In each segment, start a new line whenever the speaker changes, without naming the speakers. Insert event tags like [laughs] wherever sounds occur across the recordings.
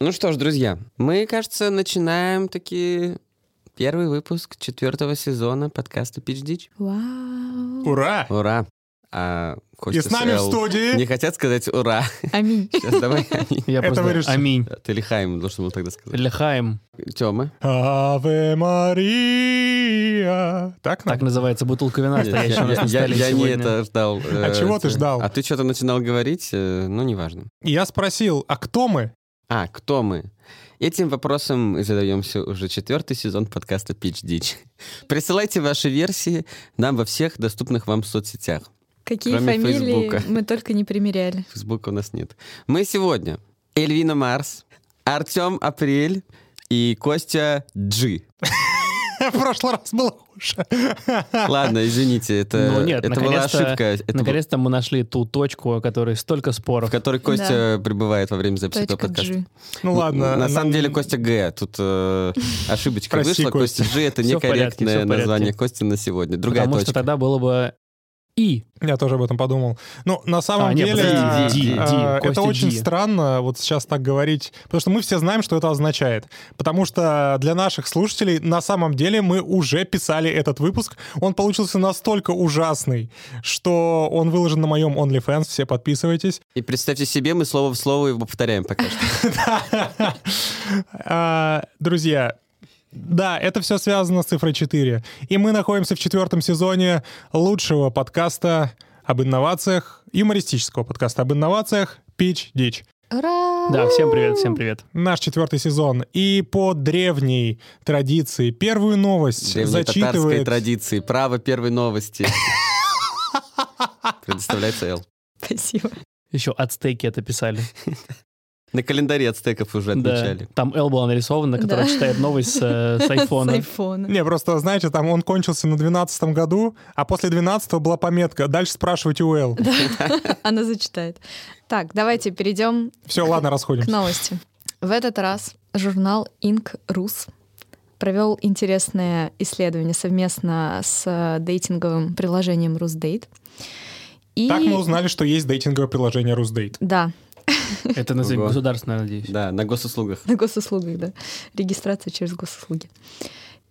Ну что ж, друзья, мы, кажется, начинаем такие первый выпуск четвертого сезона подкаста Pitch Ditch.
Вау.
Ура!
Ура! А,
И
хочется
с нами в
Эл-
студии
Не хотят сказать ура. [laughs]
Аминь.
Сейчас давай. они.
Я
Это вырежется.
просто... Аминь.
Ты лихаем, должен был тогда сказать.
Лехаем.
Тёма.
Аве Мария. Так ну,
Так
надо?
ну.
называется бутылка вина,
Я
стоящая А, у нас на
я-
столе
я не
сегодня.
это ждал. э,
чего ты
тебя.
ждал?
А ты что-то начинал говорить, э, ну, неважно.
Я спросил, а кто мы? [laughs]
А, кто мы? Этим вопросом и задаемся уже четвертый сезон подкаста Pitch Ditch. Присылайте ваши версии нам во всех доступных вам соцсетях.
Какие
Кроме
фамилии
Фейсбука.
мы только не примеряли.
Фейсбука у нас нет. Мы сегодня Эльвина Марс, Артем Апрель и Костя Джи.
В прошлый раз было хуже.
Ладно, извините, это,
Ну нет,
это была
наконец-то-
ошибка, это был-
Наконец-то мы нашли ту точку, о которой столько
в
споров.
которой Костя пребывает во время записи этого
Точка
подкаста.
G.
Ну ладно.
На
нам-
самом деле Костя Г. Тут
[laughs]
э, ошибочка
Прости,
вышла. Костя G это
Всё в порядке,
некорректное
всё в порядке.
название Кости на сегодня. Другая
Потому что
точка.
тогда было бы И.
Я тоже об этом подумал. Ну, на самом
А, нет,
деле,
подожди,
Ди, Ди,
э,
Ди,
э,
Костя
это очень
Ди.
странно вот сейчас так говорить, потому что мы все знаем, что это означает. Потому что для наших слушателей на самом деле мы уже писали этот выпуск. Он получился настолько ужасный, что он выложен на моем OnlyFans, все подписывайтесь.
И представьте себе, мы слово в слово его повторяем пока что.
[laughs] А, Друзья, да, это все связано с цифрой 4. И мы находимся в четвертом сезоне лучшего подкаста об инновациях, юмористического подкаста об инновациях «Пич Дич».
Ура!
Да, всем привет, всем привет.
Наш четвертый сезон. И по древней традиции первую новость
Древнетатарской
зачитывает...
традиции. Право первой новости. [laughs] Предоставляется Эл.
Спасибо.
Еще ацтеки это писали.
На календаре ацтеков уже
Да.
отмечали.
Там Эл была нарисована, которая
Да.
читает новость с, э,
[laughs]
с
С
айфона.
[laughs]
айфона.
Не, просто, знаете, там он кончился на 12 году, а после 12 была пометка «Дальше спрашивайте у Эл».
Она зачитает. Так, давайте перейдем
Все, ладно,
к [laughs]
расходимся.
новости. В этот раз журнал Inc. Rus провел интересное исследование совместно с э, дейтинговым приложением RusDate. И...
Так мы узнали, что есть дейтинговое приложение «Русдейт».
Да,
Это на
Ого.
государственное, надеюсь.
Да, на госуслугах.
На госуслугах, да. Регистрация через госуслуги.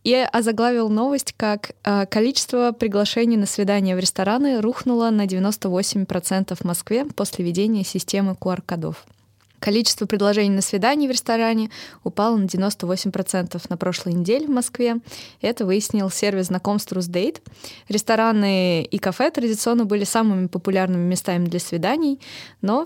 И озаглавил новость, как э, количество приглашений на свидание в рестораны рухнуло на 98% в Москве после введения системы QR-кодов. Количество предложений на свидание в ресторане упало на 98% на прошлой неделе в Москве. Это выяснил сервис знакомств Русдейт. Рестораны и кафе традиционно были самыми популярными местами для свиданий, но,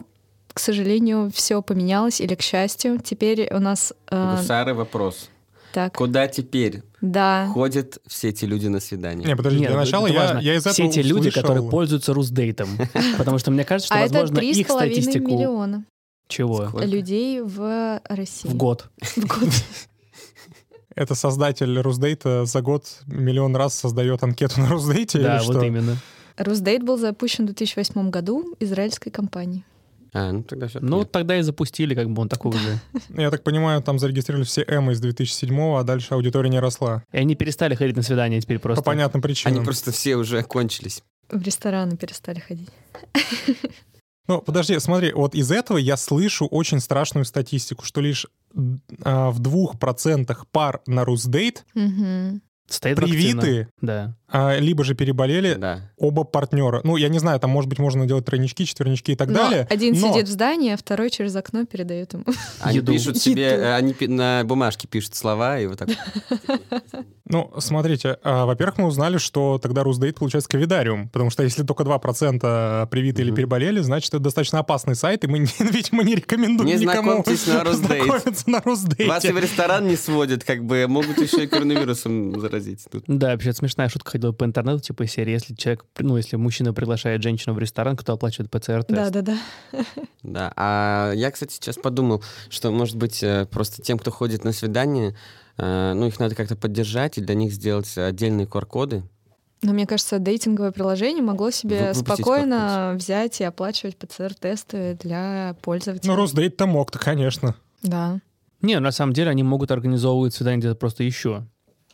к сожалению, все поменялось или к счастью. Теперь у нас... э,
Гусары вопрос.
так,
Куда теперь
да.
ходят все эти люди на свидание?
Не, подожди,
Нет,
для
это
начала я,
важно.
я из этого
Все те люди,
услышал-
которые
[laughs]
пользуются Русдейтом. Потому что мне кажется, что,
А это
возможно,
три с
их
половиной
статистику...
миллиона
Чего?
Сколько?
людей в России.
В год.
В год.
Это создатель Русдейта за год миллион раз создает анкету на Русдейте
Да,
или
вот
что?
именно.
Русдейт был запущен в 2008 году израильской компанией.
А, ну тогда все.
Ну, тогда и запустили, как бы он такой уже.
Я так понимаю, там зарегистрировали все Эммы из 2007 а дальше аудитория не росла.
И они перестали ходить на свидания теперь просто.
По
Они
понятным причинам.
просто все уже окончились.
В рестораны перестали ходить.
Ну, подожди, смотри, вот из этого я слышу очень страшную статистику, что лишь м, а, в двух процентах пар на Русдейт
Мгм.
Стоит вакцина.
привиты,
Да.
а, либо же
Э,
переболели
Да.
оба партнера. Ну, я не знаю, там, может быть, можно делать тройнички, четвернички и так
Но
далее.
Один
но-
сидит в здании, а второй через окно передает ему.
Они
Еду.
пишут себе,
Еду.
э, они пи- на бумажке пишут слова и вот так.
[laughs]
Ну, смотрите, а, во-первых, мы узнали, что тогда Русдейт получается ковидариум, потому что если только 2% привиты или
Мгм.
переболели, значит, это достаточно опасный сайт, и мы, не- [laughs] видимо, не рекомендуем
Не
никому
знакомьтесь на Русдейт.
[laughs] знакомиться на
Вас и в
Русдейте.
ресторан не сводят, как бы могут еще и коронавирусом заразить. Тут
Ну Да, вообще смешная шутка ходила по интернету, типа из серии, если человек, ну, если мужчина приглашает женщину в ресторан, кто оплачивает ПЦР-тест.
Да-да-да.
Да, а я, кстати, сейчас подумал, что, может быть, э, просто тем, кто ходит на свидание, э, ну, их надо как-то поддержать и для них сделать отдельные QR-коды.
Но мне кажется, дейтинговое приложение могло себе
Вы- выпустить
спокойно взять и оплачивать ПЦР-тесты для пользователей.
Ну, Русдейт-то мог-то, конечно.
Да.
Не, на самом деле они могут организовывать свидание где-то просто еще.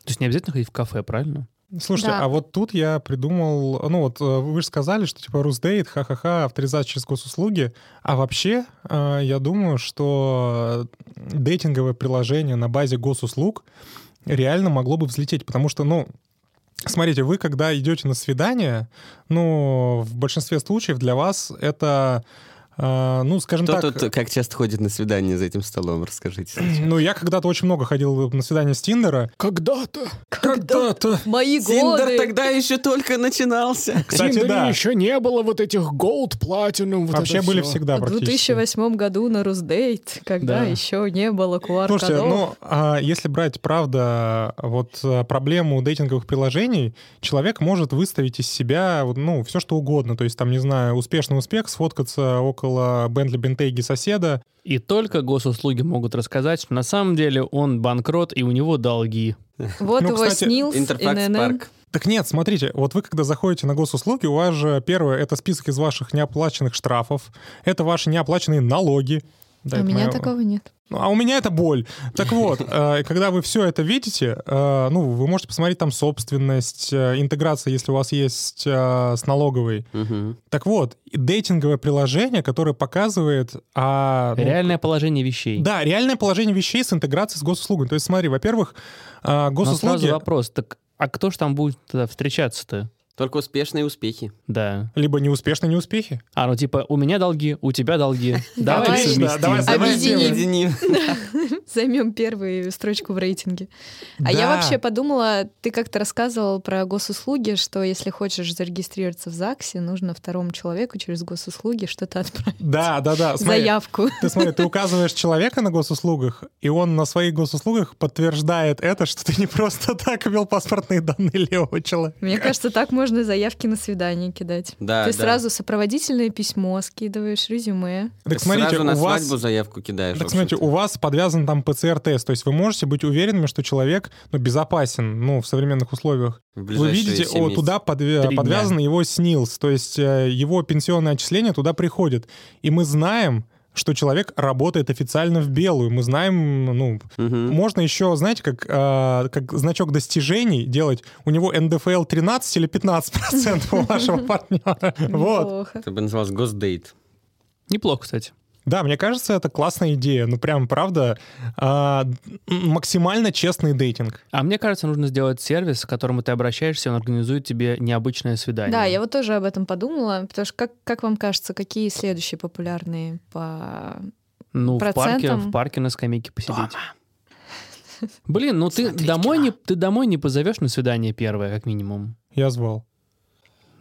То есть не обязательно ходить в кафе, правильно?
Слушайте,
Да.
а вот тут я придумал, ну вот э, вы же сказали, что типа Руздейт, ха-ха-ха, авторизация через госуслуги, а вообще э, я думаю, что дейтинговое приложение на базе госуслуг реально могло бы взлететь, потому что, ну, смотрите, вы когда идете на свидание, ну, в большинстве случаев для вас это, э, ну, скажем
Кто
так...
тут как часто ходит на свидание за этим столом, расскажите.
Ну, я когда-то очень много ходил на свидание с Тиндера. Когда-то. Когда-то.
Мои
Тиндер
годы.
тогда еще только начинался.
Кстати,
Тиндере
да.
еще не было вот этих Gold, Platinum, вот
Вообще
это
были
всё.
всегда
в
практически.
2008 году на Русдейт, когда
Да.
еще не было QR-кодов.
Слушайте, ну, а если брать, правда, вот а, проблему дейтинговых приложений, человек может выставить из себя, вот, ну, все что угодно. То есть, там, не знаю, успешный успех, сфоткаться около Бентли Бентейги соседа.
И только госуслуги могут рассказать, что на самом деле он банкрот и у него долги.
вот
ну,
его
кстати,
снилс,
Интерфакс
NNN.
Парк.
Так нет, смотрите, вот вы когда заходите на госуслуги, у вас же первое — это список из ваших неоплаченных штрафов, это ваши неоплаченные налоги. Да,
А у
это
меня
моя-
такого нет.
Ну, а у меня это боль. Так
[laughs]
вот, э, когда вы все это видите, э, ну, вы можете посмотреть там собственность, э, интеграция, если у вас есть э, с налоговой.
Мгм.
Так вот, и дейтинговое приложение, которое показывает... а, ну,
Реальное положение вещей.
Да, реальное положение вещей с интеграцией с госуслугами. То есть смотри, во-первых, а,
Но
госуслуги...
сразу вопрос, так а кто ж там будет тогда встречаться-то?
Только успешные успехи.
Да.
Либо неуспешные неуспехи.
А, ну типа, у меня долги, у
[laughs]
тебя долги. Давай
Давай.
совместим.
Отлично, давай
совместим. Объединим.
Объединим.
Займем первую строчку в рейтинге. А я
Да.
вообще подумала, ты как-то рассказывал про госуслуги, что если хочешь зарегистрироваться в ЗАГСе, нужно второму человеку через госуслуги что-то отправить.
Да, да,
[laughs]
да. смотри.
Заявку.
Ты смотри, ты указываешь человека на госуслугах, и он на своих госуслугах подтверждает это, что ты не просто так ввел паспортные данные левого человека.
Мне кажется, так можно заявки на свидание кидать.
Да,
ты
да.
сразу сопроводительное письмо скидываешь, резюме.
Так смотрите,
Сразу на
у вас...
свадьбу заявку кидаешь. в
Так
общем-то.
смотрите, у вас подвязан там ПЦР-тест, то есть вы можете быть уверенными, что человек ну, безопасен ну, в современных условиях.
В
Вы
ближайшие
видите,
семь
о,
месяцев.
туда подве-
Три дня.
подвязано его СНИЛС, то есть э, его пенсионное отчисление туда приходит. И мы знаем, что человек работает официально в белую. Мы знаем, ну,
Мгм.
Можно еще, знаете, как, а, как значок достижений делать. У него НДФЛ 13 или 15 процентов у
[laughs]
вашего партнера. Вот.
Неплохо.
Это бы называлось госдейт.
Неплохо, кстати.
Да, мне кажется, это классная идея. Ну, прям, правда, а, м, максимально честный дейтинг.
А мне кажется, нужно сделать сервис, к которому ты обращаешься, он организует тебе необычное свидание.
Да, я вот тоже об этом подумала, потому что как, как вам кажется, какие следующие популярные по...
Ну, в парке,
процентом.
в парке на скамейке посидеть. Блин, ну ты домой, не, ты домой не позовешь на свидание первое, как минимум.
Я звал.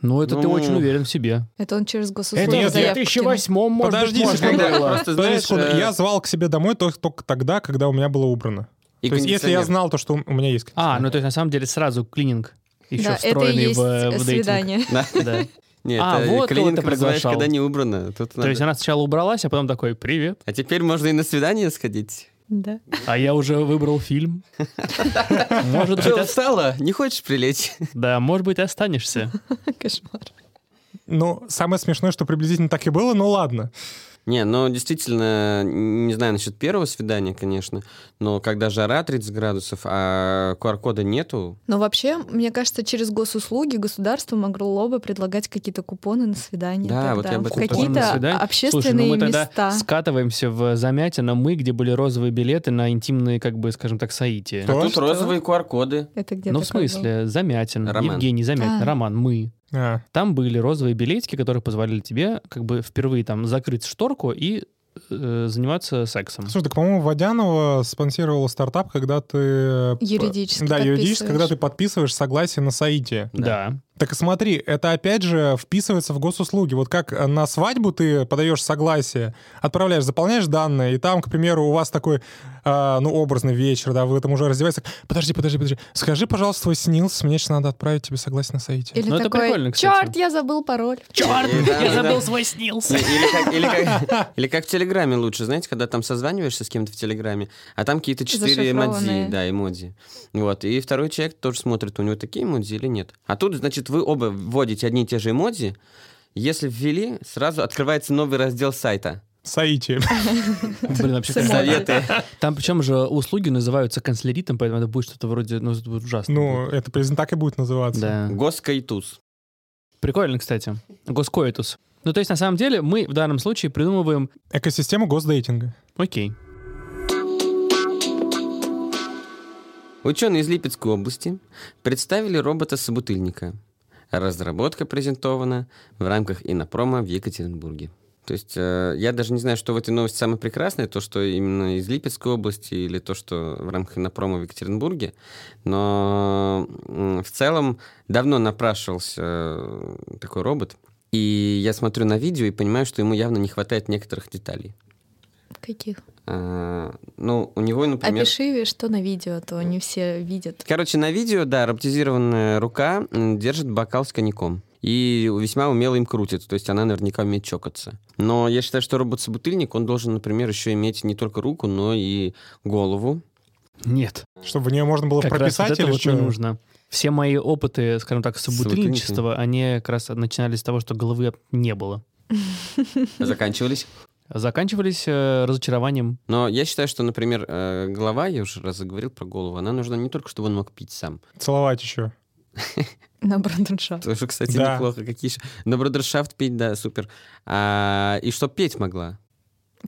Ну, это ты
Ну.
очень уверен в себе.
Это он через госуслуги
Это
Э, Нет, я-
в
заявку кинул.
2008 может
Подожди,
быть, можно
секунду.
было.
Просто
Подожди
знаешь,
секунду.
э,
Я звал к себе домой только, только тогда, когда у меня было убрано.
и
То есть, если я
кондиционер.
знал то, что у меня есть
А,
кондиционер.
ну то есть на самом деле сразу клининг еще
Да, это и
встроенный
есть
в, в дейтинг.
свидание. [laughs]
Да.
Да.
Нет,
А,
э,
вот кого ты
клининг называешь,
приглашал.
когда не убрано. Тут
То есть
надо.
она сначала убралась, а потом такой, привет,
А теперь можно и на свидание сходить.
Да.
а я уже выбрал фильм. Может быть,
Ты
ос-
устала? Не хочешь прилечь?
да, может быть, останешься.
Кошмар.
Ну, самое смешное, что приблизительно так и было, но ладно.
Не, ну действительно, не знаю насчет первого свидания, конечно, но когда жара 30 градусов, а QR-кода нету,
Но вообще, мне кажется, через госуслуги государство могло бы предлагать какие-то купоны на свидания.
Да, вот я
тогда.
об этом
Купоны ну на
Какие-то
свидание. Слушай, ну
общественные
мы тогда
места.
скатываемся в Замятино, мы, где были розовые билеты на интимные, как бы, скажем так, соития.
Да,
а тут
что?
розовые QR-коды.
Это где
Ну, в смысле, Замятин,
Роман.
Евгений Замятин,
А.
Роман, мы.
А,
Там были розовые билетики, которые позволяли тебе, как бы, впервые там закрыть шторку и э, заниматься сексом.
Слушай, так, по-моему, Водянова спонсировала стартап, когда ты... э,
Юридически
Да, юридически,
подписываешь.
когда ты подписываешь согласие на Саите.
Да.
Да.
Так и смотри, это опять же вписывается в госуслуги. Вот как на свадьбу ты подаешь согласие, отправляешь, заполняешь данные, и там, к примеру, у вас такой, а, ну, образный вечер, да, вы там уже раздеваетесь. так, Подожди, подожди, подожди. Скажи, пожалуйста, твой снилс, мне сейчас надо отправить тебе согласие на Саите.
Или
Ну, это
такой,
прикольно, кстати.
черт, я забыл пароль.
Черт, я забыл
свой снился.
Не, Или как, или [laughs] как- или как в Телеграме лучше, знаете, когда там созваниваешься с кем-то в Телеграме, а там какие-то четыре эмодзи,
Зашифрованные.
да, эмодзи. Вот, и второй человек тоже смотрит, у него такие эмодзи или нет. А тут, значит, вы оба вводите одни и те же эмодзи, если ввели, сразу открывается новый раздел сайта.
Саити.
Блин, вообще
С эмоциями.
Советы.
Там причем же услуги называются канцлеритом, поэтому это будет что-то вроде, ну, это будет
[laughs]
ужасно.
Ну, это признак так и будет называться.
да.
Госкайтус.
Прикольно, кстати. Госкоитус. Ну, то есть, на самом деле, мы в данном случае придумываем...
Экосистема госдейтинга.
Окей.
Ученые из Липецкой области представили робота-собутыльника. Разработка презентована в рамках Инопрома в Екатеринбурге. То есть э, я даже не знаю, что в этой новости самое прекрасное, то, что именно из Липецкой области или то, что в рамках Инопрома в Екатеринбурге, но м, в целом давно напрашивался э, такой робот, и я смотрю на видео и понимаю, что ему явно не хватает некоторых деталей.
Каких?
А, ну, у него, например...
Опиши, что на видео, а то не все видят.
Короче, на видео, да, роботизированная рука м, держит бокал с коньяком. И весьма умело им крутит, то есть она наверняка умеет чокаться. Но я считаю, что робот-собутыльник, он должен, например, еще иметь не только руку, но и
[laughs]
голову.
Нет.
Чтобы в нее можно было
Как раз вот
прописать
это
или
вот
что?
не нужно. Все мои опыты, скажем так,
Собутыльничества.
собутыльничества, они как раз начинались с того, что головы не было.
Заканчивались.
Заканчивались э, разочарованием.
Но я считаю, что, например, э, голова, я уже раз заговорил про голову, она нужна не только, чтобы он мог пить сам.
Целовать еще.
На бренденша.
Тоже, кстати,
Да.
неплохо. Какие же... На бродершафт пить, да, супер. А, и чтоб петь могла,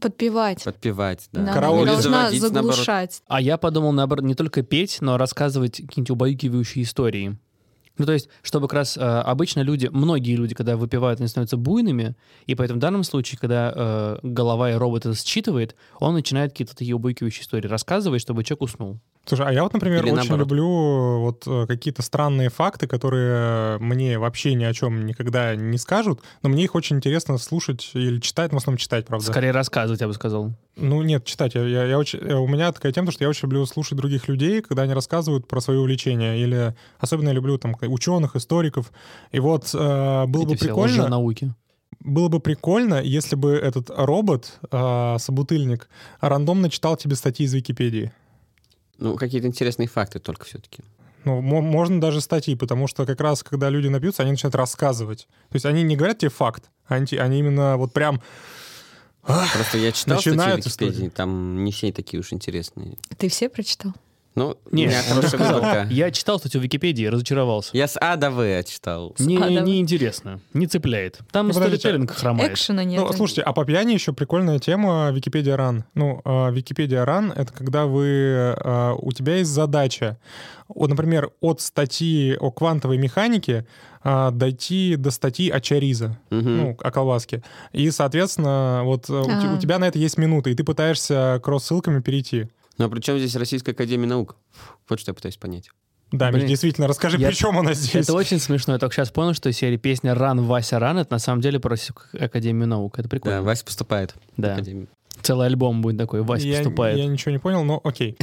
Подпевать.
подпевать, да.
Она
Караоке.
Или
должна
заводить, наоборот.
заглушать.
А я подумал, наоборот, не только петь, но рассказывать какие-нибудь убаюкивающие истории. Ну, то есть, чтобы как раз э, обычно люди, многие люди, когда выпивают, они становятся буйными, и поэтому в данном случае, когда э, голова и робот это считывает, он начинает какие-то такие убаюкивающие истории рассказывать, чтобы человек уснул.
Слушай, а я вот, например,
Или
очень
наоборот.
люблю вот э, какие-то странные факты, которые э, мне вообще ни о чем никогда не скажут, но мне их очень интересно слушать или читать, ну, в основном читать, правда.
Скорее рассказывать, я бы сказал.
Ну, нет, читать. Я, я- я очень, э, у меня такая тема, что я очень люблю слушать других людей, когда они рассказывают про свои увлечения. Или особенно я люблю там ученых, историков. И вот э, было бы
Эти все
прикольно...
лженауки.
Было бы прикольно, если бы этот робот, а, собутыльник, рандомно читал тебе статьи из Википедии.
Ну, какие-то интересные факты только все-таки.
Ну, мо- можно даже статьи, потому что как раз, когда люди напьются, они начинают рассказывать. То есть они не говорят тебе факт, они, те- они именно вот прям... «Ах,
Просто я читал статьи в
Начинают
Википедии,
истории.
там не все такие уж интересные.
Ты все прочитал?
Ну,
Не,
у меня хорошая выборка.
Я читал, кстати, в Википедии, разочаровался.
Я с А до В читал.
Не,
А, давай.
неинтересно, не цепляет. Там
Ну, подождите,
сторителлинг хромает.
Экшена нет.
Ну, слушайте, а по пьяни еще прикольная тема Википедия ран. Ну, а, Википедия ран — это когда вы... а, У тебя есть задача, вот, например, от статьи о квантовой механике а, дойти до статьи о Чариза.
Мгм.
ну, о колбаске. И, соответственно, вот э, у, те-
Ага.
у тебя на это есть минута, и ты пытаешься кросс-ссылками перейти.
Ну, а при чем здесь Российская Академия Наук? Вот что я пытаюсь понять.
Да, Миш,
Блин.
действительно, расскажи,
Я-
[laughs] при чем она здесь?
Это очень смешно. Я только сейчас понял, что серия песня «Ран, Вася, ран» — это на самом деле про Российскую Академию наук. Это
Да,
прикольно.
Вася поступает в
Да.
Академию.
Целый альбом будет такой, Вася
я,
поступает.
я ничего не понял, но окей.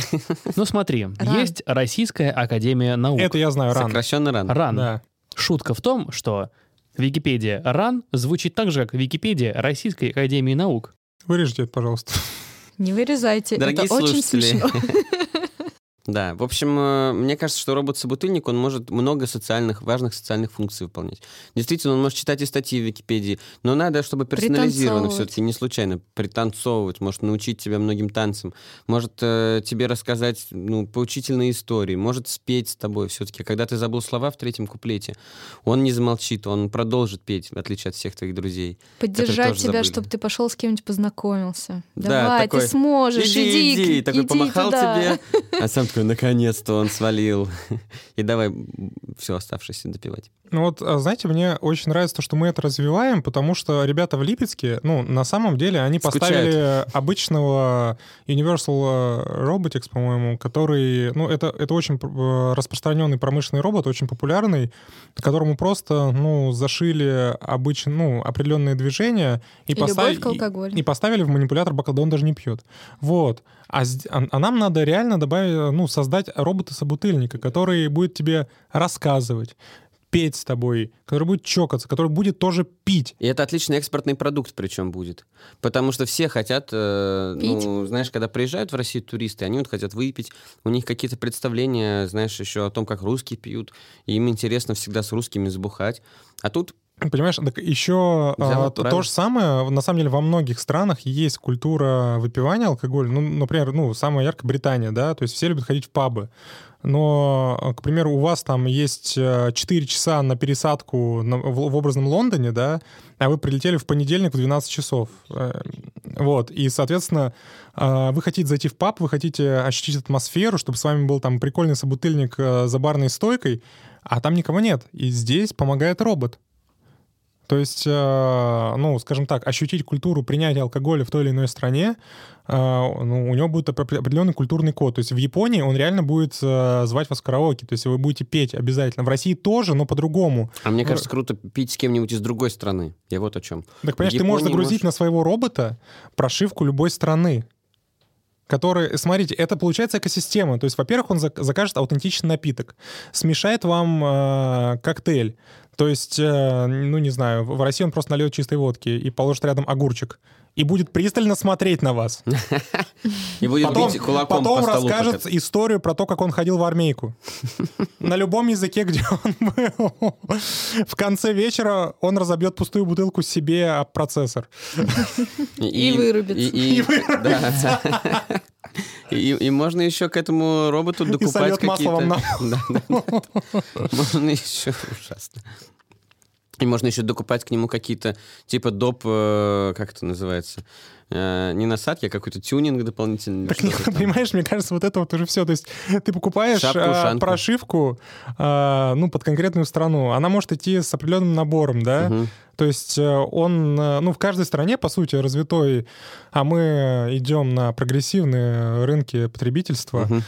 Ну смотри,
Ран.
есть Российская Академия наук.
Это я знаю, ран.
Сокращенно рано.
Ран.
Да.
Шутка в том, что Википедия Ран звучит так же, как Википедия Российской Академии наук.
Вырежьте это, пожалуйста. [laughs]
Не вырезайте,
Дорогие
это очень
слушатели.
смешно.
[laughs] Да, в общем, э, мне кажется, что робот-собутыльник, он может много социальных, важных социальных функций выполнять. Действительно, он может читать и статьи в Википедии, но надо, чтобы персонализированно
Пританцовывать.
все-таки, не случайно, пританцовывать, может научить тебя многим танцам, может э, тебе рассказать, ну, поучительные истории, может спеть с тобой все-таки. Когда ты забыл слова в третьем куплете, он не замолчит, он продолжит петь, в отличие от всех твоих друзей.
Поддержать
тоже
тебя,
забыли.
чтобы ты пошел с кем-нибудь познакомился.
Да,
Давай,
такой,
ты сможешь, иди,
иди,
к-
такой
иди
помахал
туда.
тебе, а сам такой, наконец-то он свалил. И давай все оставшееся допивать.
Ну вот, а, знаете, мне очень нравится то, что мы это развиваем, потому что ребята в Липецке, ну, на самом деле, они
Скучают.
поставили обычного Universal э, Robotics, по-моему, который, ну, это, это очень э, распространенный промышленный робот, очень популярный, которому просто, ну, зашили обычно, ну, определенные движения и,
И
поставили...
любовь к алкоголю.
И поставили в манипулятор бокал, да он даже не пьет. Вот. А, с- а- а нам надо реально добавить, ну, создать робота-собутыльника, который будет тебе рассказывать, петь с тобой, который будет чокаться, который будет тоже пить.
И это отличный экспортный продукт причем будет. Потому что все хотят, э,
Пить.
ну, знаешь, когда приезжают в Россию туристы, они вот хотят выпить, у них какие-то представления, знаешь, еще о том, как русские пьют, и им интересно всегда с русскими забухать. А тут
Понимаешь, так еще
Взял,
а,
отправил.
то же самое, на самом деле, во многих странах есть культура выпивания алкоголя. Ну, например, ну, самая яркая Британия, да, то есть все любят ходить в пабы. Но, а, к примеру, у вас там есть э, 4 часа на пересадку на- в, в образном Лондоне, да, а вы прилетели в понедельник в 12 часов. Э, Вот, и, соответственно, а, вы хотите зайти в паб, вы хотите ощутить атмосферу, чтобы с вами был там прикольный собутыльник э, за барной стойкой, а там никого нет. И здесь помогает робот. То есть, э, ну, скажем так, ощутить культуру принятия алкоголя в той или иной стране, э, ну, у него будет опре- определенный культурный код. То есть в Японии он реально будет э, звать вас в караоке, то есть вы будете петь обязательно. В России тоже, но по-другому.
А мне кажется, круто пить с кем-нибудь из другой страны. Я вот о чем.
Так, понимаешь, ты
Японии
можешь загрузить
можешь-
на своего робота прошивку любой страны. Который, смотрите, это получается экосистема. То есть, во-первых, он зак- закажет аутентичный напиток, смешает вам э, коктейль. То есть, э, ну не знаю, в в России он просто нальет чистой водки и положит рядом огурчик. И будет пристально смотреть на вас.
И будет
Потом,
бить кулаком
потом
по столу.
расскажет
пока-
историю про то, как он ходил в армейку. На любом языке, где он был. В конце вечера он разобьет пустую бутылку себе об процессор.
И вырубится.
И, и- да. И- и можно еще к этому роботу докупать
сольёт масло
какие-то...
вам на
Да, [laughs] да, да. Можно еще... Ужасно. И можно еще докупать к нему какие-то, типа доп, э, как это называется, Э, не насадки, а какой-то тюнинг дополнительный. или
Так, не, [laughs]
что-то там.
понимаешь, мне кажется, вот это вот уже все. То есть ты покупаешь
Шапку,
а,
ушанку.
прошивку, а, ну, под конкретную страну. Она может идти с определенным набором, да?
Мгм.
То есть э, он, э, ну, в каждой стране, по сути, развитой, а мы идем на прогрессивные рынки потребительства.
Мгм.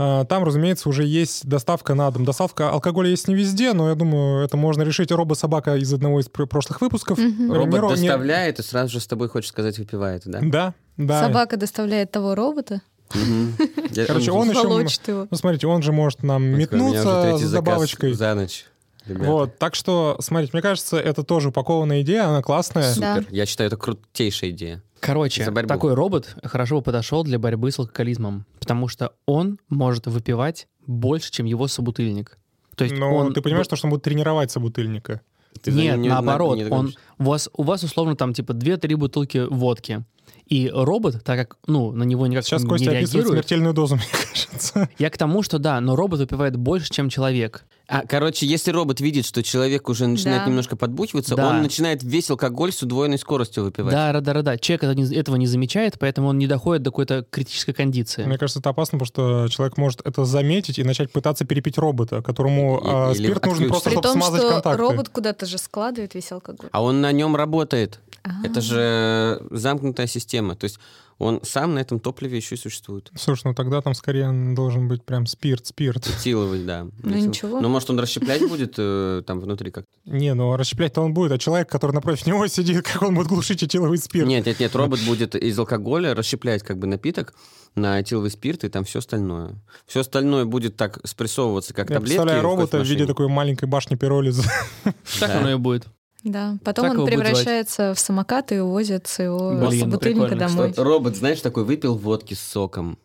А, Там, разумеется, уже есть доставка на дом. Доставка алкоголя есть не везде, но я думаю, это можно решить. Робо-собака из одного из пр- прошлых выпусков.
Мгм.
Э, не
Робот
ро- не-
доставляет и сразу же с тобой, хочешь сказать, выпивает, да?
Да, да.
Собака доставляет того робота,
Мгм. Я-
Короче, он еще...
волочит его.
Ну, смотрите, он же может нам
Такой, «У меня уже
метнуться
третий
с
заказ
добавочкой.
За ночь. ребята».
Вот, так что, смотрите, мне кажется, это тоже упакованная идея, она классная.
Да.
Супер. Я считаю, это крутейшая идея.
Короче,
За борьбу.
такой робот хорошо бы подошел для борьбы с алкоголизмом, потому что он может выпивать больше, чем его собутыльник. То есть
Но
он
Ну, ты понимаешь, то, что он будет тренировать собутыльника.
Ты за
Нет,
ним не-
наоборот,
не
он,
догонишь.
у, вас, у вас условно там типа 2-3 бутылки водки. И робот, так как ну, на него никак
Сейчас
не
Костя описывает
реагирует,
смертельную дозу, [laughs] мне кажется.
я к тому, что да, но робот выпивает больше, чем человек.
А, короче, если робот видит, что человек уже начинает
Да.
немножко подбухиваться,
Да.
он начинает весь алкоголь с удвоенной скоростью выпивать.
Да, да, да, да. Человек это не- этого не замечает, поэтому он не доходит до какой-то критической кондиции.
Мне кажется, это опасно, потому что человек может это заметить и начать пытаться перепить робота, которому
И-
а,
или
спирт нужен
отключить.
просто,
При
чтобы
том,
смазать
что
контакты.
робот куда-то же складывает весь алкоголь.
А он на нем работает.
А.
Это же замкнутая система. То есть он сам на этом топливе еще и существует.
Слушай, ну тогда там скорее должен быть прям спирт, спирт.
Этиловый, да.
Ну,
Этил-
ничего.
Ну, может, он расщеплять будет э, там внутри как-то?
Не, ну расщеплять-то он будет, а человек, который напротив него сидит, как он будет глушить этиловый спирт?
Нет, нет, нет, робот будет из алкоголя расщеплять как бы напиток на этиловый спирт и там все остальное. Все остальное будет так спрессовываться, как
Я
таблетки.
представляю
в
робота в виде
кофемашине.
такой маленькой башни пиролиза.
Так
Да.
оно и будет.
Да, потом
Так его
он
будет
превращается в самокат и увозят
ну
своего
Блин,
собутыльника
прикольно,
домой.
Вот Робот, знаешь, такой выпил водки с соком.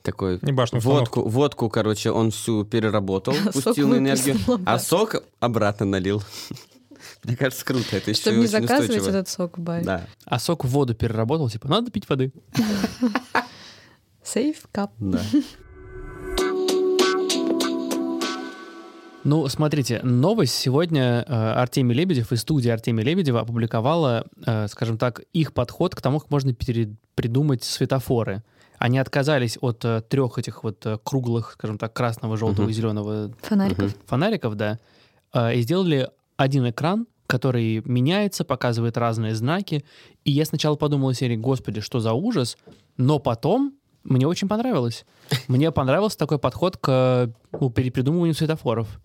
Такой
[laughs] Не башню, установку.
водку, водку, короче, он всю переработал,
[laughs] Сок
пустил на энергию,
выплеснул, да.
а сок обратно налил. [laughs] Мне кажется, круто. Это еще
Чтобы не
очень
заказывать
устойчиво.
этот сок в баре.
Да,
А сок в воду переработал, типа, надо пить воды.
Сейф кап.
да.
[laughs]
Ну, смотрите, новость сегодня э, Артемий Лебедев и студия Артемия Лебедева опубликовала, э, скажем так, их подход к тому, как можно пере- придумать светофоры. Они отказались от э, трех этих вот э, круглых, скажем так, красного, желтого
Мгм.
и зеленого
Фонариков.
Мгм.
фонариков, да, э, и сделали один экран, который меняется, показывает разные знаки. И я сначала подумал из серии, господи, что за ужас, но потом мне
[laughs]
очень понравилось. Мне понравился такой подход к э, ну, перепридумыванию светофоров.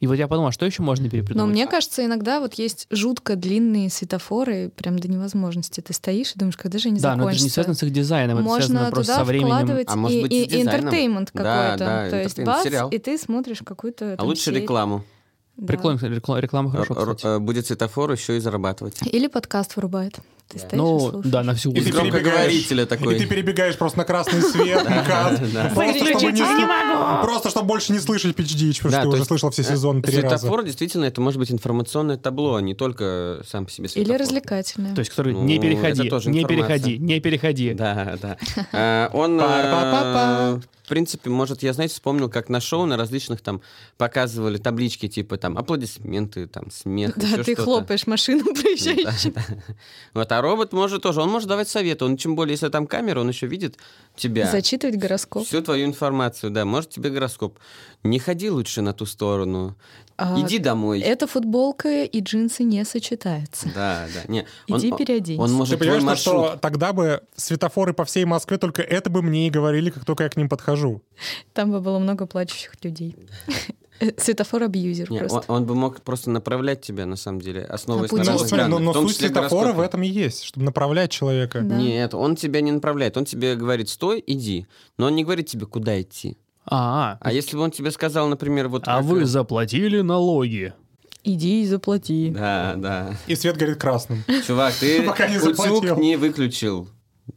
И вот я подумал, а что еще можно перепридумать?
Но мне кажется, иногда вот есть жутко длинные светофоры, прям до невозможности. Ты стоишь и думаешь, когда же они
да, но это же не
закончатся.
связано с их дизайном, это связано
Можно
просто
туда
со временем.
вкладывать
А
и-
может быть,
и,
с дизайном.
интертеймент
Да,
какой-то.
да,
То есть
интертеймент,
бац,
сериал.
и ты смотришь какую-то
А
там
лучше
серию.
рекламу.
Да.
Реклама, реклама, хорошо,
Р- р-
кстати.
э, Будет светофор еще и зарабатывать.
Или подкаст вырубает. Ты стоишь и
Ну,
слушаешь.
да, на всю
И ты
Из
улицу.
перебегаешь.
громкоговорителя
И ты
такой.
перебегаешь просто на красный свет, на кат. Просто чтобы не слу- Просто чтобы больше не слышать PGDH, потому
Да,
типа,
то
что ты уже
есть,
слышал все
э,
сезоны три раза.
Светофор действительно это может быть информационное табло, а не только сам по себе
Или
светофор.
развлекательное.
То есть, который
Ну,
не
это
переходи,
тоже
не
информация.
переходи, не переходи.
Да,
[laughs]
да. А, Он, э,
Пар-па-па-па.
в принципе, может, я, знаете, вспомнил, как на шоу на различных там показывали таблички типа там аплодисменты, там смех,
Да,
еще
ты
что-то.
хлопаешь машину проезжающую.
[laughs] Да, да. Вот, а робот может тоже, он может давать советы, он чем более, если там камера, он еще видит тебя.
Зачитывать гороскоп.
Всю твою информацию, да, может тебе гороскоп. Не ходи лучше на ту сторону,
А,
иди домой.
Эта футболка и джинсы не сочетаются.
Да, да, не, он-
Иди
он-
переоденься.
Он
Ты
может твой
понимаешь, то,
маршрут.
что тогда бы светофоры по всей Москве только это бы мне и говорили, как только я к ним подхожу.
Там бы было много плачущих людей. [laughs] Светофор-абьюзер
Не,
просто.
он, он бы мог просто направлять тебя, на самом деле, основываясь
На
на
пути.
Ну,
разных
смотри, но,
данных,
но
в том
суть
числе
светофора в
гороскопе.
этом и есть, чтобы направлять человека.
Да.
Нет, он тебя не направляет, он тебе говорит, стой, иди, но он не говорит тебе, куда идти.
А,
А если бы он тебе сказал, например, вот...
а
как-
вы заплатили налоги.
Иди и заплати.
Да, да.
И свет горит красным.
Чувак, [laughs] ты
Пока не заплатил.
утюг не выключил.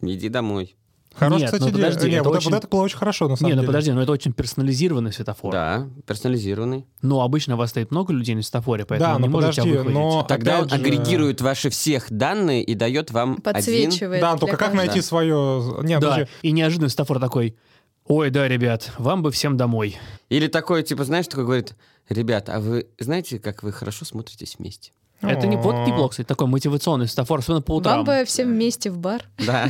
Иди домой.
Хорош,
Нет,
кстати,
ну
идея.
подожди,
Не,
это
вот,
очень-
вот это было очень хорошо, на самом
Не, ну
деле.
подожди, но это очень персонализированный светофор.
Да, персонализированный.
Но обычно у вас стоит много людей на светофоре, поэтому
Да,
он не
но
может тебя
подожди,
выхватить.
но
Тогда он
опять же-
агрегирует ваши всех данные и дает вам один...
Подсвечивает.
Да, ну,
для
только как
каждого.
найти свое... Нет,
да,
подожди.
и неожиданно светофор такой, ой, да, ребят, вам бы всем домой.
Или такой, типа, знаешь, такой говорит, ребят, а вы знаете, как вы хорошо смотритесь вместе?
Это не, вот
О.
неплохо, кстати, такой мотивационный светофор, особенно по утрам.
Вам бы всем вместе в бар.
Да.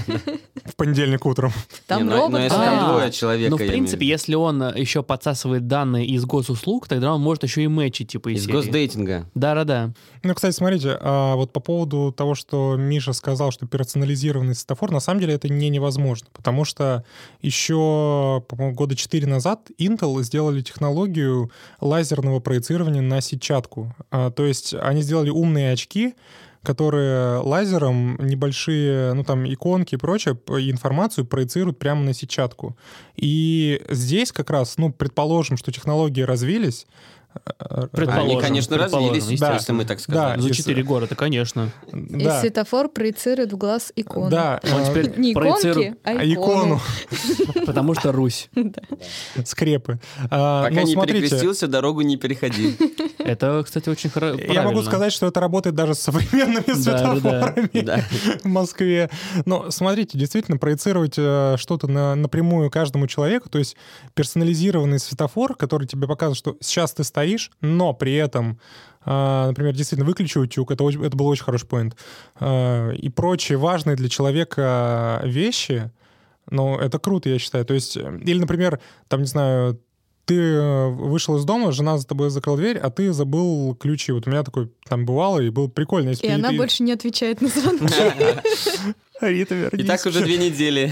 В понедельник утром.
Не,
Там
но- но
робот.
если
говорит.
там
А,
двое человека.
Ну,
Но, в
я имею
принципе,
виду.
если он э, еще подсасывает данные из госуслуг, тогда он может еще и мэчить, типа, из
Из
серии.
госдейтинга.
Да-да-да.
Ну, кстати, смотрите, а вот по поводу того, что Миша сказал, что персонализированный светофор, на самом деле это не невозможно, потому что еще, по-моему, года четыре назад Intel сделали технологию лазерного проецирования на сетчатку. А, то есть они сделали умные очки, которые лазером небольшие, ну там иконки и прочее, п- и информацию проецируют прямо на сетчатку. И здесь как раз, ну, предположим, что технологии развились. э,
Предположим.
Они, конечно,
предположим,
развились,
да.
естественно, мы так сказали.
За
Из- э,
четыре города, конечно.
И
Да.
светофор проецирует в глаз икону.
Да,
Он
э,
теперь
Не иконки,
проецирует
а
а
икону,
икону.
Потому что Русь.
[laughs] скрепы. А,
Пока
ну,
не
смотрите,
перекрестился, дорогу не
[laughs]
переходи.
Это, кстати, очень хорошо.
я могу сказать, что это работает даже с современными
да, да.
светофорами
Да.
в Москве. Но смотрите, действительно, проецировать э, что-то на, напрямую каждому человеку, то есть персонализированный светофор, который тебе показывает, что сейчас ты стоишь, но при этом, э, например, действительно выключи утюг, это, очень- это был очень хороший поинт, э, и прочие важные для человека вещи, ну, это круто, я считаю. То есть, э, или, например, там, не знаю, ты э, вышел из дома, жена за тобой закрыла дверь, а ты забыл ключи. Вот у меня такой там бывало, и было прикольно. если
И
ты-
она
ты-
больше не отвечает на звонки.
Рита,
И
вернись.
так уже две
[laughs]
недели.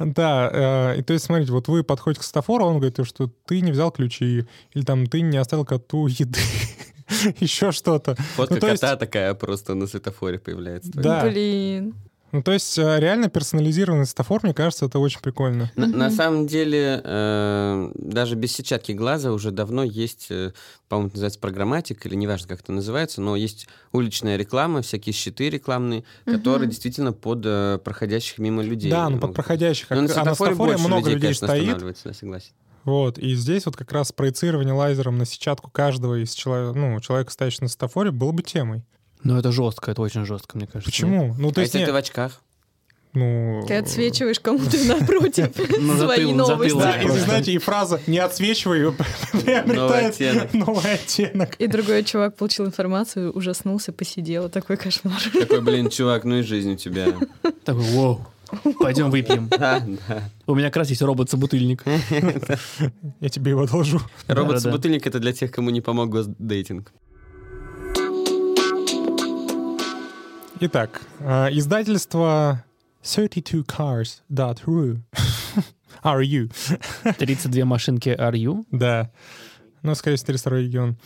Да, э, и то есть, смотрите, вот вы подходите к светофору, а он говорит, что ты не взял ключи, или там ты не оставил коту еды, [laughs] еще что-то.
Фотка
Ну, то есть-
кота такая просто на светофоре появляется.
Да.
Блин.
Ну, то есть, э, реально персонализированный светофор, мне кажется, это очень прикольно.
На, на
Мгм.
самом деле, э, даже без сетчатки глаза уже давно есть, э, по-моему, это называется программатик, или неважно, как это называется, но есть уличная реклама, всякие щиты рекламные,
Мгм.
которые действительно под э, проходящих мимо людей.
Да, ну,
могут.
под проходящих.
Но на
а- а на
светофоре
светофоре
больше
много людей
конечно,
стоит,
останавливается, да, согласен.
Вот, и здесь вот как раз проецирование лазером на сетчатку каждого из человека, ну, человека, стоящего на светофоре, было бы темой.
Но это жестко, это очень жестко, мне кажется.
Почему? Ну,
а
то есть,
если
не-
ты в очках?
ну...
Ты отсвечиваешь кому-то напротив
[laughs]
Ну,
свои
затылок,
Да,
затылок.
и,
новости.
Просто.
знаете, и фраза «не отсвечивай» [laughs]
Новый
приобретает
оттенок.
новый оттенок.
И другой чувак получил информацию, ужаснулся, посидел. Такой
[laughs]
кошмар.
Такой, блин, чувак, ну и жизнь у тебя.
Такой, вау, пойдем выпьем.
[laughs] Да, да.
У меня как раз есть робот-собутыльник.
Я тебе его должу.
Робот-собутыльник — это для тех, кому не помог госдейтинг.
Итак, э, издательство [laughs] 32cars.ru RU,
32 машинки RU.
да. Ну, скорее всего, 32 регион.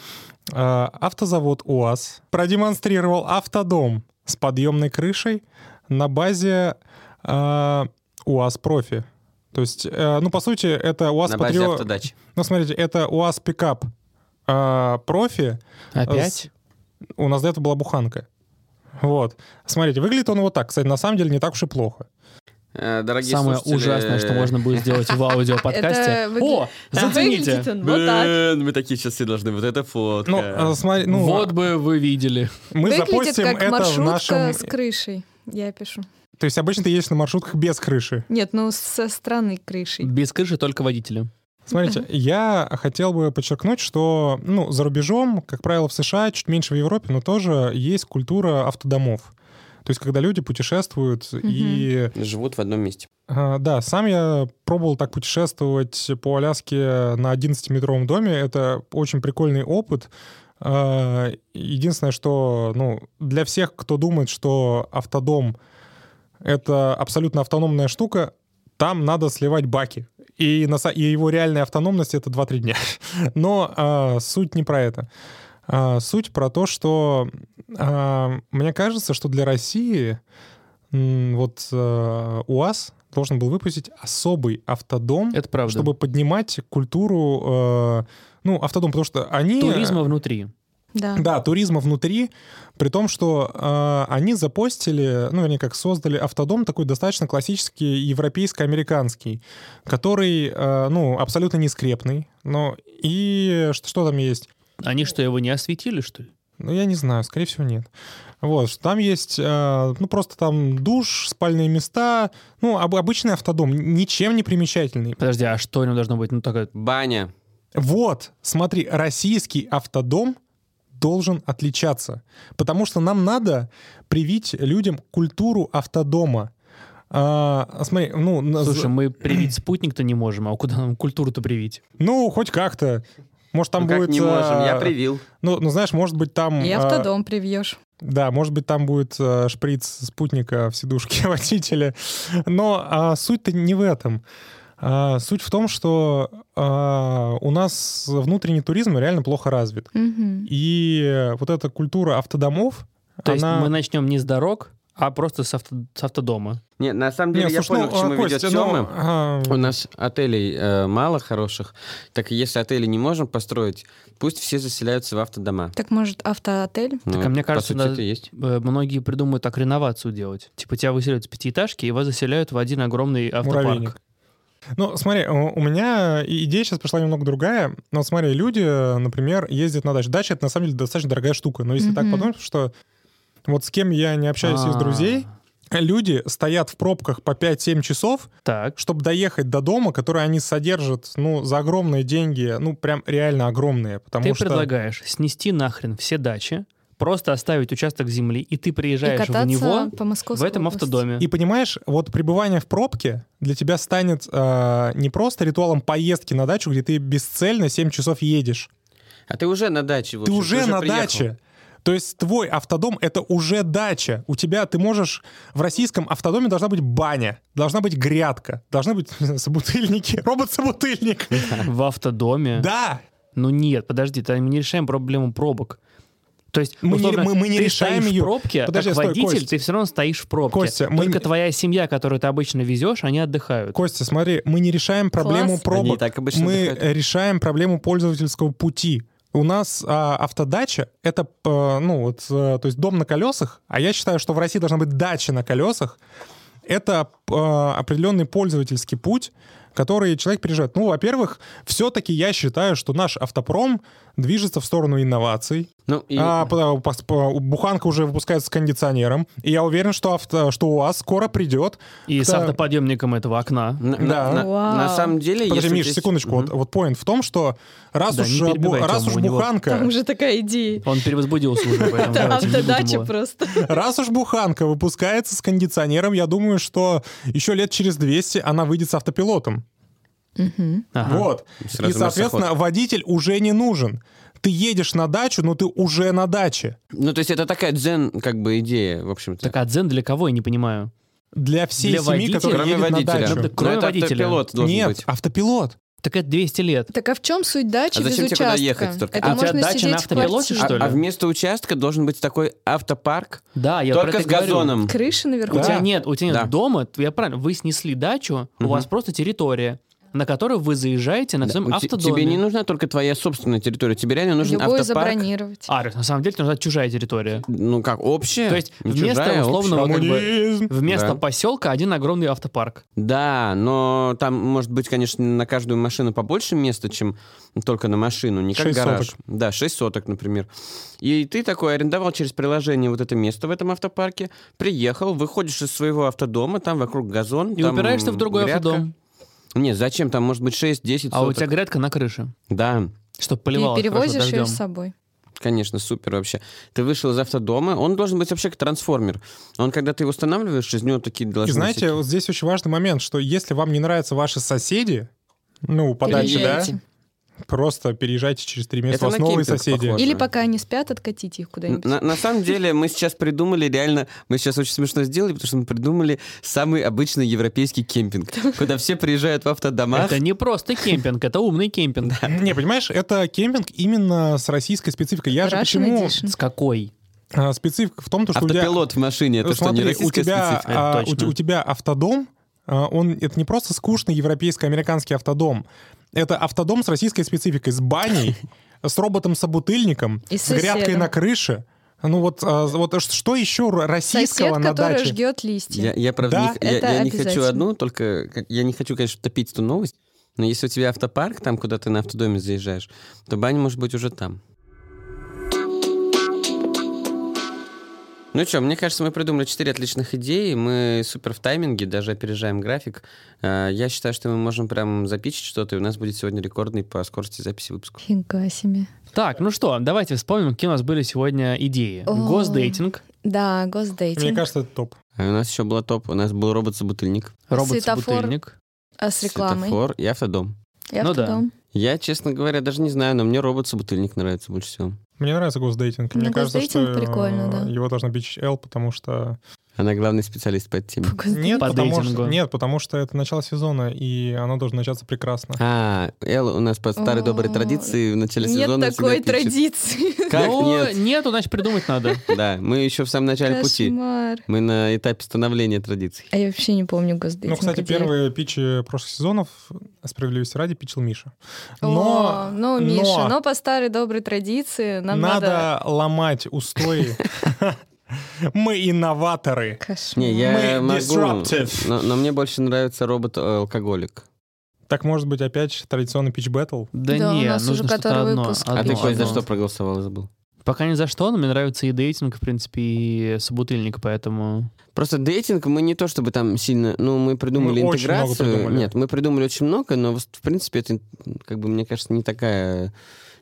Э, Автозавод УАЗ продемонстрировал автодом с подъемной крышей на базе э, УАЗ-профи. То есть, э, ну, по сути, это УАЗ
На базе
Патриот...
автодач.
Ну, смотрите, это УАЗ-пикап а, профи,
Опять?
у нас до этого была буханка. Вот. Смотрите, выглядит он вот так. Кстати, на самом деле не так уж и плохо.
Э, Дорогие
Самое
слушатели,
ужасное, что можно будет сделать в аудиоподкасте.
Это выгля-
О, зацените!
Выглядит он вот так.
Блин, мы такие сейчас все должны. Вот это фотка.
Ну, э, смотри, ну,
Вот бы вы видели.
мы
Выглядит
запостим
как
это в
маршрутка
нашем...
с крышей. Я пишу.
То есть обычно ты едешь на маршрутках без крыши.
Нет, ну со стороны крышей.
Без крыши только водителя.
Смотрите, я хотел бы подчеркнуть, что ну, за рубежом, как правило, в США, чуть меньше в Европе, но тоже есть культура автодомов. То есть, когда люди путешествуют и...
Живут в одном месте.
э, да, сам я пробовал так путешествовать по Аляске на 11-метровом доме. Это очень прикольный опыт. Э, Единственное, что ну, для всех, кто думает, что автодом — это абсолютно автономная штука, там надо сливать баки. И, на, са- и его реальная автономность — это 2-3 дня. [laughs] Но а, суть не про это. А, суть про то, что а, мне кажется, что для России м, вот а, УАЗ должен был выпустить особый автодом,
Это правда.
чтобы поднимать культуру э, ну, автодом, потому что они...
Туризма внутри.
Да.
Да, туризма внутри, при том, что э, они запостили, ну, вернее, как создали автодом такой достаточно классический европейско-американский, который, э, ну, абсолютно не скрепный, но и что, что там есть?
Они что, его не осветили, что ли?
Ну, я не знаю, скорее всего, нет. Вот, что там есть, э, ну, просто там душ, спальные места, ну, об- обычный автодом, ничем не примечательный.
Подожди, а что у него должно быть? Ну, такая...
Баня.
Вот, смотри, российский автодом должен отличаться, потому что нам надо привить людям культуру автодома. А, смотри, ну, на-
Слушай, мы привить спутник-то не можем, а куда нам культуру-то привить?
ну хоть как-то. Может, там
Ну как
будет...
не можем, я
а,
привил.
Ну, ну, знаешь, может быть, там...
И
а,
автодом привьешь.
Да, может быть, там будет э, шприц спутника в сидушке [laughs] водителя. Но а, суть-то не в этом. А, суть в том, что а, у нас внутренний туризм реально плохо развит.
Мгм.
И вот эта культура автодомов,
То есть
она...
мы начнем не с дорог, а просто с, авто- с автодома.
Нет, на самом
Не,
деле я
слушай,
понял,
ну,
к чему
а, Костя,
ведет
ну,
Тёма.
а,
У нас отелей э, мало хороших, так и если отели не можем построить, пусть все заселяются в автодома.
Так может автоотель?
Ну,
а мне
по
кажется,
сути,
надо-
это и есть.
Э, Многие придумают так реновацию делать. Типа тебя выселяют с пятиэтажки, и вас заселяют в один огромный автопарк.
Муравейник. Ну, смотри, у у меня и- идея сейчас пошла немного другая. Но смотри, люди, например, ездят на дачу. Дача — это, на самом деле, достаточно дорогая штука. Но если так
Мгм.
подумать, что вот с кем я не общаюсь из
А,
друзей, люди стоят в пробках по 5-7 часов,
Так.
чтобы доехать до дома, который они содержат, ну, за огромные деньги, ну, прям реально огромные, потому
Ты
что...
предлагаешь снести нахрен все дачи, просто оставить участок земли, и ты
И
приезжаешь в
кататься
него
по Московской
в этом
области.
автодоме.
И понимаешь, вот пребывание в пробке для тебя станет э, не просто ритуалом поездки на дачу, где ты бесцельно 7 часов едешь.
А ты уже на даче. в
ты
общем,
уже на
приехал.
даче. То есть твой автодом — это уже дача. У тебя ты можешь... В российском автодоме должна быть баня, должна быть грядка, должны быть [laughs] собутыльники, [laughs] робот-собутыльник.
В автодоме.
Да!
Ну нет, подожди, там мы не решаем проблему пробок. То есть,
Мы не-
условно,
мы- мы не
ты
решаем
стоишь
ее.
в пробке,
Подожди,
как
стой,
водитель,
Кость.
ты все равно стоишь в пробке.
Костя, мы
Только
не-
твоя семья, которую ты обычно везешь, они отдыхают.
Костя, смотри, мы не решаем проблему
Класс.
пробок.
Они и так обычно
мы
отдыхают.
решаем проблему пользовательского пути. У нас а, автодача — это, э, ну, вот, э, то есть дом на колесах, а я считаю, что в России должна быть дача на колесах. Это э, определенный пользовательский путь, который человек переживает. Ну, во-первых, все-таки я считаю, что наш автопром движется в сторону инноваций.
Ну, и...
А, по- по- по- буханка уже выпускается с кондиционером. И я уверен, что, авто, что у вас скоро придет
И с
Кто-
автоподъемником этого окна.
на, на-
да.
на-
Вау.
на самом деле...
Подожди,
если
Миш,
здесь-
секундочку. Вот,
Мгм.
вот point в том, что раз
Да, не
уж, э, бу-
перебивай,
раз
Тёма,
уж
у него-
буханка,
Там уже такая идея.
Он перевозбудился уже, поэтому
Это
давайте не будем
автодача
его.
просто.
раз уж буханка выпускается с кондиционером, я думаю, что еще лет через 200 она выйдет с автопилотом.
Мгм.
Ага.
Вот.
Сразу
И, соответственно, водитель уже не нужен. Ты едешь на дачу, но ты уже на даче.
Ну, то есть это такая дзен, как бы, идея, в общем-то.
Так а дзен для кого, я не понимаю.
Для всей
Для
семьи,
водителя?
которая
Кроме
едет
водителя.
на
Ну,
дачу.
так кроме
это
водителя.
автопилот должен
Нет,
быть.
автопилот.
Так это 200 лет.
Так а в чем суть дачи
А
без
зачем тебе куда
участка?
ехать только?
Это
А у
тебя
можно
дача на
сидеть в
автопилоте,
квартире.
А,
что ли?
а вместо участка должен быть такой автопарк,
Да, я про
только
это
с
и говорю.
газоном.
Крыша
У
наверху.
Да.
тебя нет, у тебя нет
Да.
дома, т- я правильно, вы снесли дачу, у
Мгм.
вас просто территория. на который вы заезжаете на
Да,
своем
у те-
автодоме.
Тебе не нужна только твоя собственная территория, тебе реально нужен
Любую
автопарк.
забронировать.
А, Рёх, на самом деле, это нужна чужая территория.
Ну как, общая?
То есть
Не
вместо
чужая, а общая.
условного как бы,
Коммунизм.
Вместо
Да.
поселка один огромный автопарк.
Да, но там может быть, конечно, на каждую машину побольше места, чем только на машину, не как
Шесть
гараж.
соток.
Да, 6 соток, например. И ты такой арендовал через приложение вот это место в этом автопарке, приехал, выходишь из своего автодома, там вокруг газон.
И
там
упираешься в другой
грядка.
автодом.
Не, зачем? Там может быть 6-10
А у
соток.
тебя грядка на крыше.
Да,
Чтоб
Ты
поливалось хорошо
перевозишь ее
дождём.
с собой.
Конечно, супер вообще. Ты вышел из автодома, он должен быть вообще как трансформер. Он, когда ты его устанавливаешь, из него такие
И
должны...
знаете,
всякие-
вот здесь очень важный момент, что если вам не нравятся ваши соседи, ну, подальше, да,
Переезжайте.
просто переезжайте через три месяца,
Это
у вас
на
новые
кемпинг
соседи.
похоже.
Или пока они спят, откатите их куда-нибудь.
на, на самом деле мы сейчас придумали реально, мы сейчас очень смешно сделали, потому что мы придумали самый обычный европейский кемпинг, куда все приезжают в автодомах.
Это не просто кемпинг, это умный кемпинг.
Не, понимаешь, это кемпинг именно с российской спецификой. Я же
Russian
почему...
Edition.
С какой?
а, Специфика в том, то, что у тебя...
Автопилот в машине, это что, не
Смотри, у
российская
тебя,
специфика?
а,
Это
у
точно.
те- у, тебя автодом, а, он это не просто скучный европейско-американский автодом, это автодом с российской спецификой, с
[laughs]
баней, с роботом-собутыльником,
И
с грядкой
соседом.
на крыше. Ну вот, а, вот ш- что еще р- российского
Сосед,
на
который
даче?
ждет листья.
Я, я, правда,
Да.
не х- я-
Это
я не хочу
обязательно.
одну, только как- я не хочу, конечно, топить эту новость, но если у тебя автопарк, там, куда ты на автодоме заезжаешь, то баня может быть уже там. Ну что, мне кажется, мы придумали четыре отличных идеи, мы супер в тайминге, даже опережаем график. А, Я считаю, что мы можем прям запичить что-то, и у нас будет сегодня рекордный по скорости записи выпуска.
Фига себе.
Так, ну что, давайте вспомним, какие у нас были сегодня идеи.
О.
Госдейтинг,
Да,
Мне
госдейтинг.
кажется, это топ.
А у нас еще была топ, у нас был робот-собутыльник,
робот-собутыльник.
А с рекламой.
светофор и автодом.
Я
Ну
в дом.
Я, честно говоря, даже не знаю, но мне робот-собутыльник нравится больше всего.
Мне нравится госдейтинг.
Ну,
Мне кажется, что
госдейтинг прикольно,
э,
да.
его должна пичить L, потому что...
Она главный специалист по этой теме.
По госдейтингу.
Нет,
По
потому что...
дейтингу.
Нет, потому что это начало сезона, и оно должно начаться прекрасно.
А, Элла у нас по старой доброй
О,
традиции в начале сезона
Нет такой
всегда пишет.
традиции.
Как
Ну,
нет?
нету, значит, придумать
[laughs]
надо.
Да, мы еще в самом начале пути.
Кошмар.
Мы на этапе становления традиций.
А я вообще не помню госдейтинг.
Ну, кстати,
идеи.
первые питчи прошлых сезонов, «А справедливости ради, питчил Миша.
О, ну,
но
Миша, но по старой доброй традиции нам
надо,
надо...
ломать
[laughs]
устои. Мы инноваторы.
Кошмар.
Не, я
Мы
могу,
disruptive.
но, но мне больше нравится э, робот-алкоголик.
Так, может быть, опять же традиционный питч бэтл?
Да,
Да, у
не,
нас
нужно
уже
что-то
который
одно.
выпуск.
А ты,
одно,
Кость, за
одно.
что проголосовал, забыл?
Пока ни за что, но мне нравится и дейтинг, в принципе, и собутыльник, поэтому...
Просто дейтинг мы не то чтобы там сильно... Ну, мы придумали
Мы очень много
интеграцию.
придумали.
Нет, мы придумали очень много, но в в принципе это, как бы, мне кажется, не такая...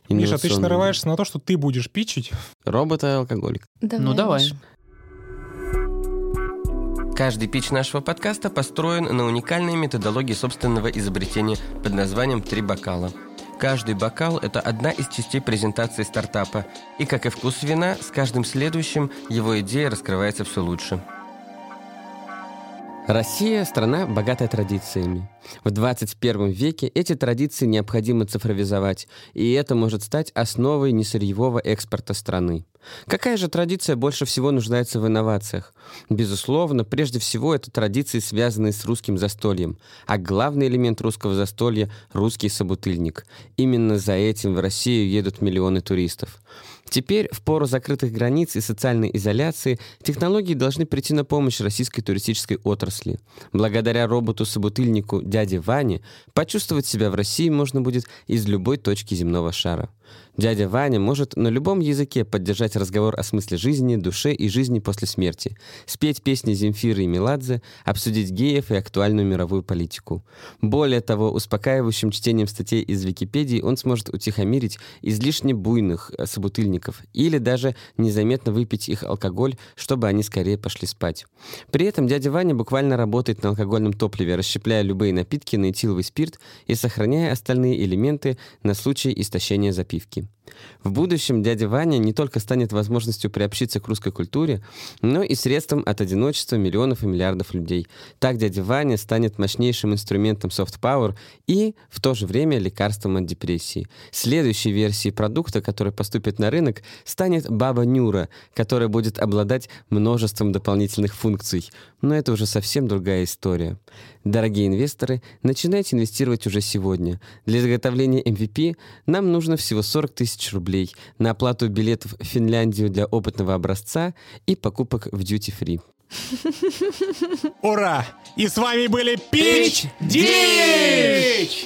Миша, ты сейчас
инновационная.
нарываешься на то, что ты будешь питчить.
Робота-алкоголик.
Давай,
ну, давай.
Миша.
Каждый пич нашего подкаста построен на уникальной методологии собственного изобретения под названием «Три бокала». Каждый бокал – это одна из частей презентации стартапа. И, как и вкус вина, с каждым следующим его идея раскрывается все лучше.
Россия – страна, богатая традициями. В 21 веке эти традиции необходимо цифровизовать, и это может стать основой несырьевого экспорта страны. Какая же традиция больше всего нуждается в инновациях? Безусловно, прежде всего, это традиции, связанные с русским застольем. А главный элемент русского застолья – русский собутыльник. Именно за этим в Россию едут миллионы туристов. Теперь, в пору закрытых границ и социальной изоляции, технологии должны прийти на помощь российской туристической отрасли. Благодаря роботу-собутыльнику дяде Ване почувствовать себя в России можно будет из любой точки земного шара. Дядя Ваня может на любом языке поддержать разговор о смысле жизни, душе и жизни после смерти, спеть песни Земфиры и Меладзе, обсудить геев и актуальную мировую политику. Более того, успокаивающим чтением статей из Википедии он сможет утихомирить излишне буйных э, собутыльников или даже незаметно выпить их алкоголь, чтобы они скорее пошли спать. При этом дядя Ваня буквально работает на алкогольном топливе, расщепляя любые напитки на этиловый спирт и сохраняя остальные элементы на случай истощения запивки. В будущем дядя Ваня не только станет возможностью приобщиться к русской культуре, но и средством от одиночества миллионов и миллиардов людей. Так дядя Ваня станет мощнейшим инструментом soft power и в то же время лекарством от депрессии. Следующей версией продукта, который поступит на рынок, станет баба Нюра, которая будет обладать множеством дополнительных функций. Но это уже совсем другая история. Дорогие инвесторы, начинайте инвестировать уже сегодня. Для изготовления MVP нам нужно всего 40 тысяч рублей на оплату билетов в Финляндию для опытного образца и покупок в дьюти-фри.
Ура! И с вами были Пич Дич!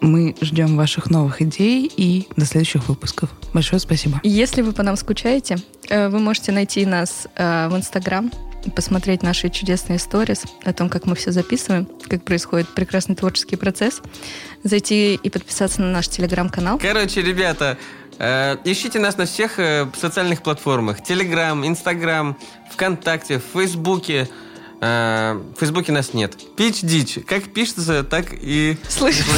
Мы ждем ваших новых идей и до следующих выпусков. Большое спасибо.
Если вы по нам скучаете, э, вы можете найти нас э, в Инстаграм, посмотреть наши чудесные сторис о том, как мы все записываем, как происходит прекрасный творческий процесс, зайти и подписаться на наш Телеграм-канал.
Короче, ребята, э, ищите нас на всех э, социальных платформах. Телеграм, Инстаграм, ВКонтакте, в Фейсбуке. Э, в Фейсбуке нас нет. Пич дичь. Как пишется, так и...
Слышь.
[laughs]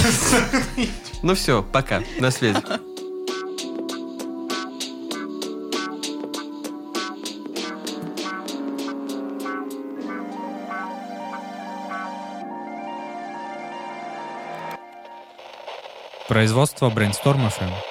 Ну все, пока. На связи.
Производство Brainstorm FM.